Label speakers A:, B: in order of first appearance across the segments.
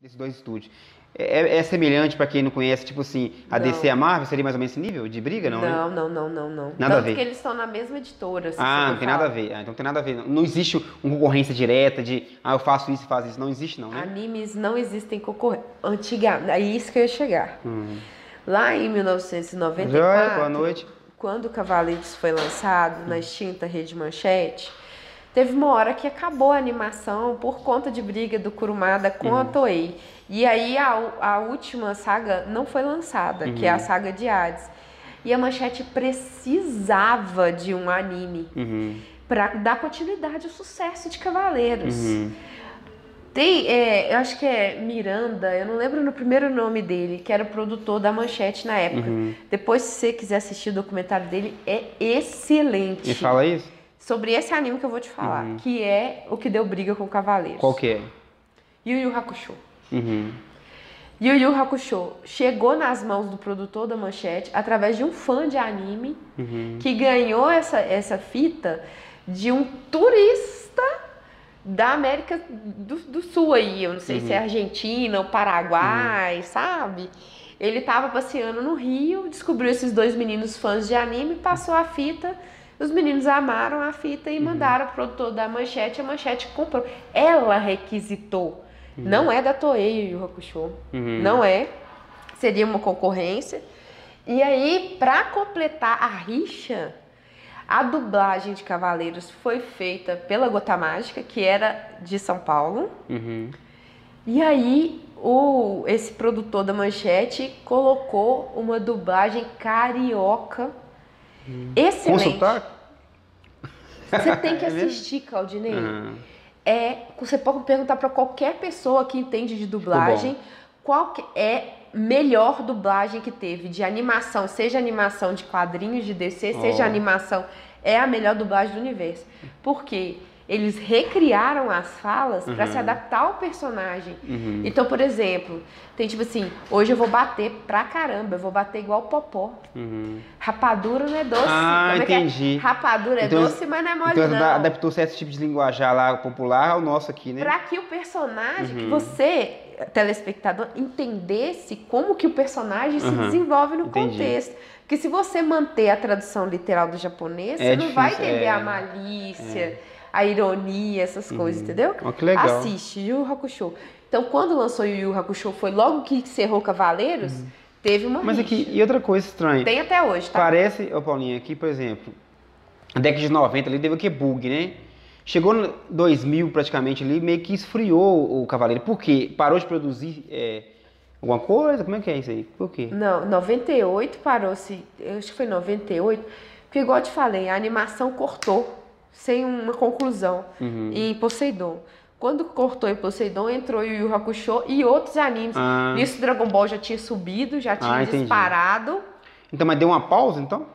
A: Desses dois estúdios. É, é semelhante para quem não conhece, tipo assim, a
B: Não.
A: DC e a Marvel seria mais ou menos esse nível de briga, não? né?
B: Não, não, não, não, não.
A: Nada a
B: Tanto
A: ver.
B: que eles estão na mesma editora. se você
A: Ah, não
B: for
A: tem nada a
B: falar.
A: ver. Ah, então não tem nada a ver. Não, Não existe uma concorrência direta de, ah, eu faço isso e faço isso. Não existe, não, né?
B: Animes não existem concorrência. Antigamente, é isso que eu ia chegar.
A: Hum.
B: Lá em 1994,
A: Joia, boa noite.
B: quando Cavaleiros foi lançado na extinta Rede Manchete, teve uma hora que acabou a animação por conta de briga do Kurumada com
A: Uhum.
B: a Toei. E aí a, a última saga não foi lançada, que
A: Uhum.
B: é a saga de Hades. E a Manchete precisava de um anime
A: Uhum,
B: para dar continuidade ao sucesso de Cavaleiros.
A: uhum.
B: Tem, é, eu acho que é Miranda, eu não lembro no primeiro nome dele, que era o produtor da Manchete na época.
A: Uhum.
B: Depois, se você quiser assistir o documentário dele, é excelente.
A: E fala isso?
B: Sobre esse anime que eu vou te falar,
A: Uhum.
B: que é o que deu briga com Cavaleiros.
A: Qual que é?
B: Yu Yu Hakusho.
A: Uhum.
B: Yu Yu Hakusho chegou nas mãos do produtor da Manchete através de um fã de anime
A: Uhum.
B: que ganhou essa, essa fita de um turista da América do, do Sul aí, eu não sei se é Argentina ou Paraguai, sabe? Ele tava passeando no Rio, descobriu esses dois meninos fãs de anime, passou a fita, os meninos amaram a fita e mandaram o produtor da Manchete, a Manchete comprou. Ela requisitou. Não é da Toei Yu Yu Hakusho.
A: Uhum.
B: Não é. Seria uma concorrência. E aí, para completar a rixa, a dublagem de Cavaleiros foi feita pela Gota Mágica, que era de São Paulo.
A: Uhum.
B: E aí, o, esse produtor da Manchete colocou uma dublagem carioca.
A: Com
B: Excelente.
A: sotaque?
B: Você tem que
A: Hum. É mesmo?
B: assistir, Claudinei.
A: Uhum.
B: É, você pode perguntar pra qualquer pessoa que entende de dublagem qual que é melhor dublagem que teve de animação, seja animação de quadrinhos de DC, seja
A: Ó.
B: animação, é a melhor dublagem do universo. Porque eles recriaram as falas pra
A: Uhum.
B: se adaptar ao personagem.
A: Uhum.
B: Então, por exemplo, tem tipo assim, hoje eu vou bater pra caramba, eu vou bater igual popó.
A: Uhum.
B: Rapadura não é doce.
A: Ah,
B: Como é que é?
A: entendi.
B: Rapadura é
A: Então,
B: doce, mas não é mole
A: Então
B: não.
A: ad- adaptou certo tipo de linguajar lá popular ao nosso aqui, né?
B: Pra que o personagem, que
A: Uhum.
B: você, telespectador, entendesse como que o personagem se
A: Uhum.
B: desenvolve no
A: Entendi.
B: contexto. Porque se você manter a tradução literal do japonês,
A: É
B: você não vai
A: difícil,
B: entender
A: é.
B: a malícia, a ironia, essas coisas, entendeu?
A: Ó, que legal.
B: Assiste Yu Yu Hakusho. Então, quando lançou Yu Yu Hakusho, foi logo que encerrou Cavaleiros, teve uma
A: Uhum. Mas é
B: rixa.
A: aqui, e outra coisa estranha.
B: Tem até hoje, tá?
A: Parece, ô Paulinho, aqui, por exemplo, na década de 90 ali teve o que bug, né? Chegou no 2000 praticamente ali, meio que esfriou o Cavaleiro. Por quê? Parou de produzir é, alguma coisa? Como é que é isso aí? Por quê?
B: Não, 98 parou-se. eu Acho que foi 98. Porque, igual eu te falei, a animação cortou, sem uma conclusão,
A: Uhum.
B: em Poseidon. Quando cortou em Poseidon, entrou Yu Yu Hakusho e outros animes.
A: Ah,
B: Nisso, Dragon Ball já tinha subido, já tinha
A: Ah, entendi.
B: disparado.
A: então, mas deu uma pausa então?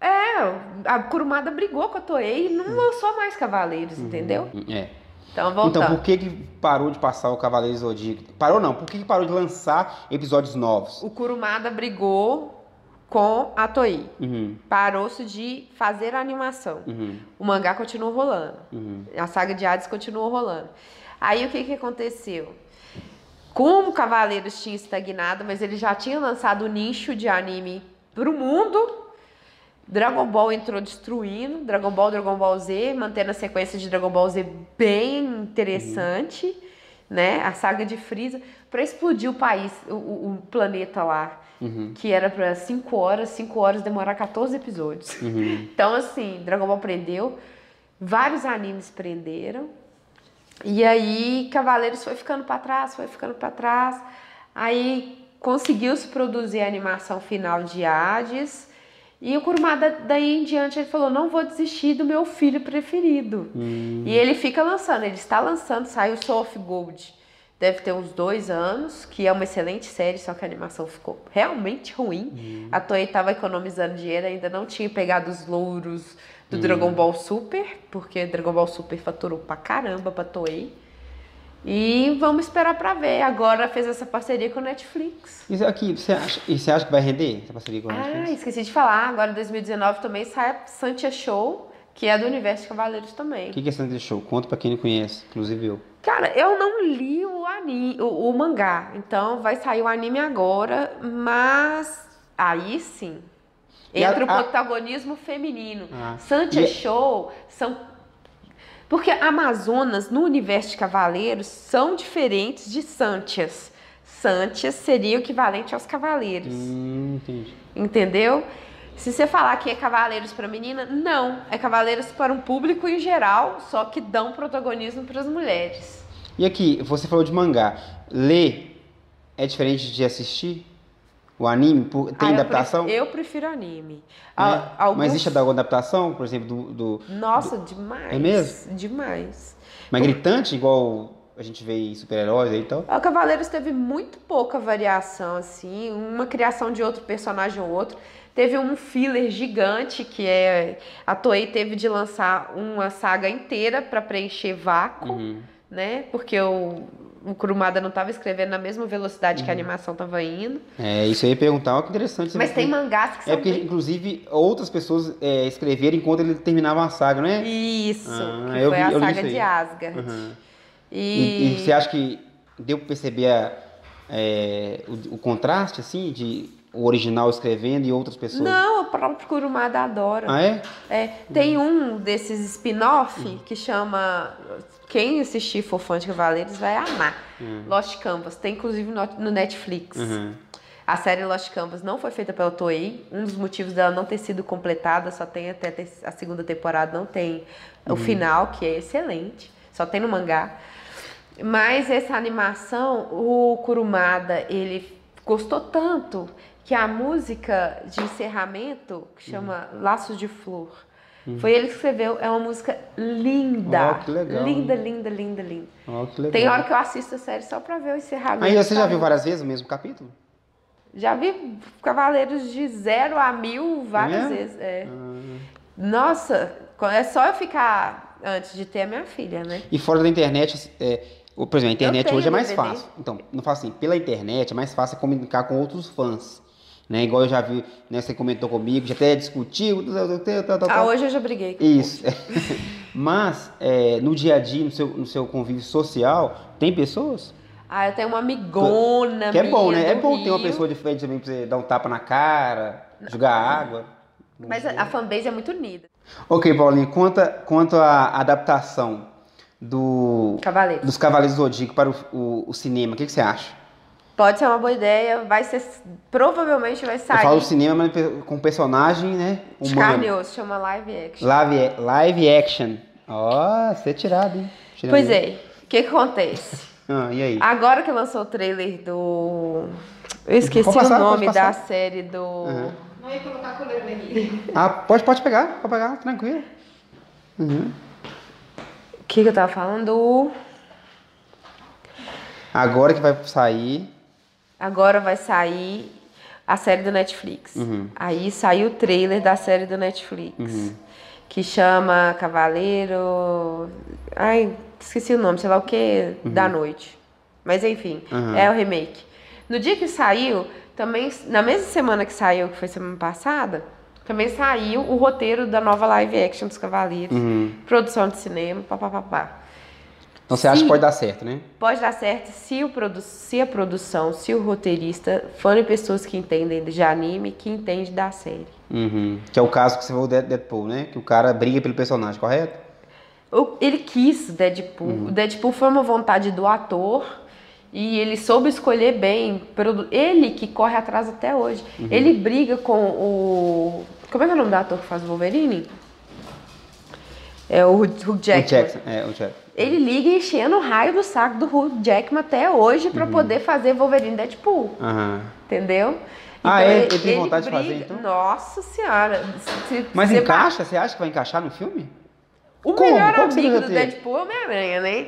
B: É, a Kurumada brigou com a Toei e não lançou mais Cavaleiros, entendeu?
A: É.
B: Então,
A: Hum. Então,
B: voltando.
A: por que, que parou de passar o Cavaleiro Zodíaco? Parou não, por que, que parou de lançar episódios novos?
B: O Kurumada brigou com a Toei.
A: Uhum,
B: Parou-se de fazer a animação.
A: uhum,
B: O mangá continuou rolando.
A: uhum.
B: A saga de Hades continuou rolando. Aí o que, que aconteceu? Como Cavaleiros tinha estagnado, mas ele já tinha lançado o nicho de anime pro mundo. Dragon Ball entrou destruindo, Dragon Ball, Dragon Ball Z, mantendo a sequência de Dragon Ball Z bem interessante, né? A saga de Freeza, para explodir o país, o, o- o planeta lá,
A: Uhum.
B: que era para 5 horas, 5 horas demorar 14 episódios.
A: Uhum.
B: Então, assim, Dragon Ball prendeu, vários animes prenderam, e aí Cavaleiros foi ficando pra trás, foi ficando pra trás, aí conseguiu-se produzir a animação final de Hades, e o Kurumada, daí em diante, ele falou, não vou desistir do meu filho preferido.
A: Hum,
B: E ele fica lançando, ele está lançando, saiu Soul of Gold, deve ter uns dois anos, que é uma excelente série, só que a animação ficou realmente ruim.
A: Uhum.
B: A Toei estava economizando dinheiro, ainda não tinha pegado os louros do
A: Uhum.
B: Dragon Ball Super, porque Dragon Ball Super faturou pra caramba pra Toei. E vamos esperar pra ver. Agora fez essa parceria com o Netflix.
A: Isso aqui, você acha, e você acha que vai render essa parceria com a
B: Ah,
A: Netflix?
B: esqueci de falar, agora em 2019 também sai a Santia Show, que é do universo de Cavaleiros também.
A: O que, que é Sandy Show? Conta pra quem não conhece, inclusive eu.
B: Cara, eu não li o, ani, o, o mangá, então vai sair o anime agora, mas aí sim
A: E a-
B: entra o
A: a-
B: protagonismo feminino.
A: Ah.
B: Sancha
A: E-
B: Show são. Porque Amazonas, no universo de Cavaleiros, são diferentes de Santias. Santias seria o equivalente aos Cavaleiros.
A: Hum, entendi.
B: Entendeu? Se você falar que é Cavaleiros para menina, não. É Cavaleiros para um público em geral, só que dão protagonismo para as mulheres.
A: E aqui, você falou de mangá. Ler é diferente de assistir? O anime? Por-
B: Ah,
A: Tem
B: eu
A: adaptação?
B: pref- Eu prefiro anime.
A: Né?
B: Al- alguns-
A: Mas existe alguma adaptação, por exemplo, do. do-
B: Nossa, demais.
A: É mesmo?
B: Demais.
A: Mas gritante, igual a gente vê em super-heróis aí e tal.
B: O Cavaleiros teve muito pouca variação, assim, uma criação de outro personagem ou outro. Teve um filler gigante que é a Toei teve de lançar uma saga inteira para preencher vácuo,
A: Uhum.
B: né? Porque o, o Kurumada não tava escrevendo na mesma velocidade que a
A: Uhum.
B: animação tava indo.
A: É, isso aí eu ia perguntar, olha que interessante.
B: Mas tem mangás que são
A: É porque,
B: bem-
A: inclusive, outras pessoas é, escreveram enquanto ele terminava a saga, não é?
B: Isso,
A: Ah,
B: que
A: eu
B: foi
A: vi-
B: a
A: eu li
B: saga
A: isso
B: de
A: aí.
B: Asgard.
A: Uhum. E,
B: E,
A: e você acha que deu pra perceber a- é, o, o contraste, assim, de o original escrevendo e outras pessoas?
B: Não, o próprio Kurumada adora.
A: Ah, é?
B: É, tem um desses spin-off que chama. Quem assistir for fã de Cavaleiros vai amar.
A: Uhum.
B: Lost Canvas. Tem inclusive no no Netflix.
A: Uhum.
B: A série Lost Canvas não foi feita pela Toei. Um dos motivos dela não ter sido completada, só tem até ter- a segunda temporada, não tem o
A: Hum.
B: final, que é excelente. Só tem no mangá. Mas essa animação, o Kurumada, ele gostou tanto que a música de encerramento, que chama
A: Hum.
B: Laços de Flor, foi ele que escreveu. É uma música linda.
A: Ó, que legal.
B: Linda, linda, linda, linda.
A: Ó, que legal.
B: Tem hora que eu assisto a série só pra ver o encerramento.
A: Aí você já
B: sabe?
A: viu várias vezes o mesmo capítulo?
B: Já vi Cavaleiros de zero a mil várias
A: É?
B: vezes. é.
A: Ah.
B: Nossa, co- é só eu ficar antes de ter a minha filha, né?
A: E fora da internet, é, o- por exemplo, a internet
B: tenho
A: hoje é mais
B: DVD.
A: fácil. Então, não falo assim, pela internet é mais fácil comunicar com outros fãs. Né? Igual eu já vi, né, você comentou comigo, já até discutiu. tal, tal, tal, tal,
B: Ah,
A: tal.
B: hoje eu já briguei. com
A: Isso. Mas, é, no dia a dia, no seu, no seu convívio social, tem pessoas?
B: Ah, eu tenho uma amigona
A: que é bom,
B: minha
A: né? É
B: do
A: bom ter uma
B: Rio.
A: pessoa diferente também pra você dar um tapa na cara, jogar água.
B: Mas a, a fanbase é muito unida.
A: Ok, Paulinho, conta, quanto à adaptação do,
B: Cavaleiros.
A: dos Cavaleiros do Zodíaco para o, o- o cinema, o que, que você acha?
B: Pode ser uma boa ideia, vai ser. Provavelmente vai
A: Eu
B: sair
A: falo cinema mas pe- com personagem, né?
B: de carne e
A: Humano.
B: osso, chama live action.
A: Live, é, live action. Ó, você é tirado, hein? Tirando
B: Pois
A: mesmo.
B: é, o que, que acontece?
A: Ah, e aí?
B: Agora que lançou o trailer do. Eu esqueci
A: Pode passar,
B: o nome
A: pode
B: da
A: passar.
B: série do.
A: Uhum.
C: Não ia colocar a coleira dele.
A: Ah, pode, pode pegar, pode pegar, tranquilo. Uhum.
B: O que, que eu tava falando?
A: Agora que vai sair.
B: Agora vai sair a série do Netflix.
A: Uhum.
B: Aí saiu o trailer da série do Netflix. Que chama Cavaleiro. Ai, esqueci o nome, sei lá o que, da noite. Mas enfim,
A: Uhum.
B: é o remake. No dia que saiu, também, na mesma semana que saiu, que foi semana passada, também saiu o roteiro da nova live action dos Cavaleiros.
A: Uhum.
B: Produção de cinema, papapá.
A: Então você acha
B: Sim.
A: que pode dar certo, né?
B: Pode dar certo se, o produ se a produção, se o roteirista forem pessoas que entendem de anime, que entendem da série.
A: Uhum. Que é o caso que você falou do Deadpool, né? Que o cara briga pelo personagem, correto?
B: O- Ele quis o Deadpool. O Deadpool foi uma vontade do ator e ele soube escolher bem. produ- Ele que corre atrás até hoje. Ele briga com o. Como é que é o nome do ator que faz o Wolverine? É o Hugh Hugh Jackman.
A: O Jackson. É, o Jackson.
B: Ele liga enchendo o raio do saco do Hugh Jackman até hoje pra poder fazer Wolverine e Deadpool.
A: Aham.
B: Entendeu? Então,
A: Ah, é? Ele tem vontade de fazer, então?
B: Nossa senhora. Se- se-
A: Mas
B: se-
A: encaixa? Você acha que vai encaixar no filme?
B: O
A: Como?
B: melhor
A: Como que você
B: amigo
A: vai
B: do
A: ter?
B: Deadpool é o Homem-Aranha, né?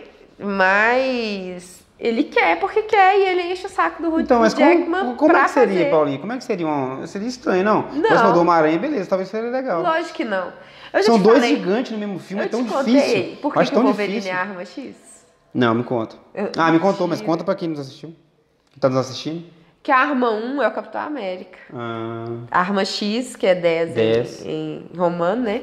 B: Mas ele quer porque quer e ele enche o saco do Hugh
A: Então, mas
B: Jackman
A: como, como é
B: pra
A: que seria,
B: fazer.
A: Paulinho? Como é que seria um. Seria estranho, não?
B: Não.
A: Você falou do Homem-Aranha, beleza, talvez seria legal.
B: Lógico que não. Eu já
A: São
B: te
A: dois
B: falei,
A: gigantes no mesmo filme,
B: eu
A: é tão
B: te
A: difícil.
B: contei por que,
A: Acho
B: que o
A: tão
B: Wolverine
A: difícil.
B: é arma X?
A: Não, me conta.
B: Eu-
A: Ah, me contou, mas
B: Mentira.
A: conta pra quem nos assistiu. Quem tá nos assistindo?
B: Que a arma 1 é o Capitão América.
A: Ah,
B: A arma X, que é 10, em-
A: Dez.
B: Em, romano, né?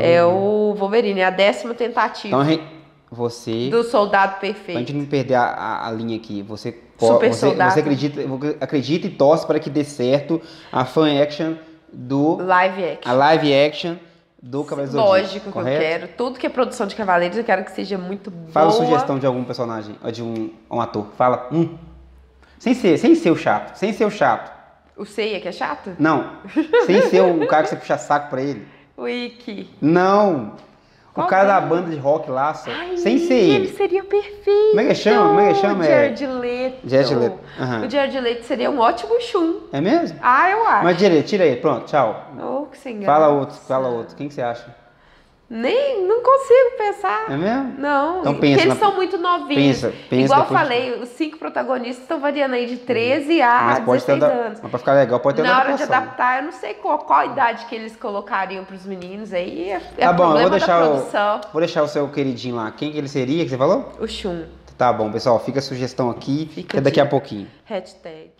B: É o Wolverine, é a décima
A: Então,
B: tentativa
A: a gente- você.
B: do Soldado
A: Então, Pra gente
B: Perfeito.
A: não perder a, a- a linha aqui, você, co-
B: Super
A: você,
B: soldado.
A: você acredita, acredita e torce para que dê certo a fan action do.
B: Live
A: A
B: action.
A: live action do Cavaleiro do Zodíaco.
B: Lógico que eu
A: correto?
B: quero. Tudo que é produção de Cavaleiros, eu quero que seja muito
A: Fala
B: boa.
A: sugestão de algum personagem, ou de um, um ator. Fala um. Sem ser, sem ser o chato. Sem ser o chato.
B: O Seiya, que é chato?
A: Não. Sem ser o cara que você puxa saco pra ele.
B: O Ikki.
A: Não.
B: Qual
A: o cara da
B: dele?
A: banda de rock laço.
B: Ai,
A: Sem ser
B: ele
A: ele.
B: seria perfeito. Então,
A: Como é que chama? Como é que chama? É
B: O Jared Leto.
A: Jared Leto. Aham.
B: O Jared Leto seria um ótimo chum.
A: É mesmo?
B: Ah, eu acho.
A: Mas direito, tira ele. Pronto, tchau.
B: Oh, que sem
A: Fala
B: graça.
A: outro, fala outro. Quem que você acha?
B: Nem, não consigo pensar.
A: É mesmo?
B: Não,
A: Então
B: porque
A: pensa
B: eles
A: na-
B: são muito novinhos.
A: Pensa, pensa.
B: Igual eu
A: depois- Uhum.
B: falei, os cinco protagonistas estão variando aí de 13 a
A: Mas pode ter
B: 16
A: da-
B: anos.
A: Mas pra ficar legal, pode ter
B: Na hora de
A: adaptação.
B: adaptar, eu não sei qual, qual a idade que eles colocariam pros meninos aí. É, é
A: Tá bom, eu
B: problema
A: vou deixar
B: da
A: o-
B: produção.
A: Vou deixar o seu queridinho lá. Quem que ele seria que você falou?
B: O... Shun.
A: Tá bom, pessoal. Fica a sugestão aqui.
B: Fica
A: até daqui a
B: aqui.
A: pouquinho.
B: Hashtag.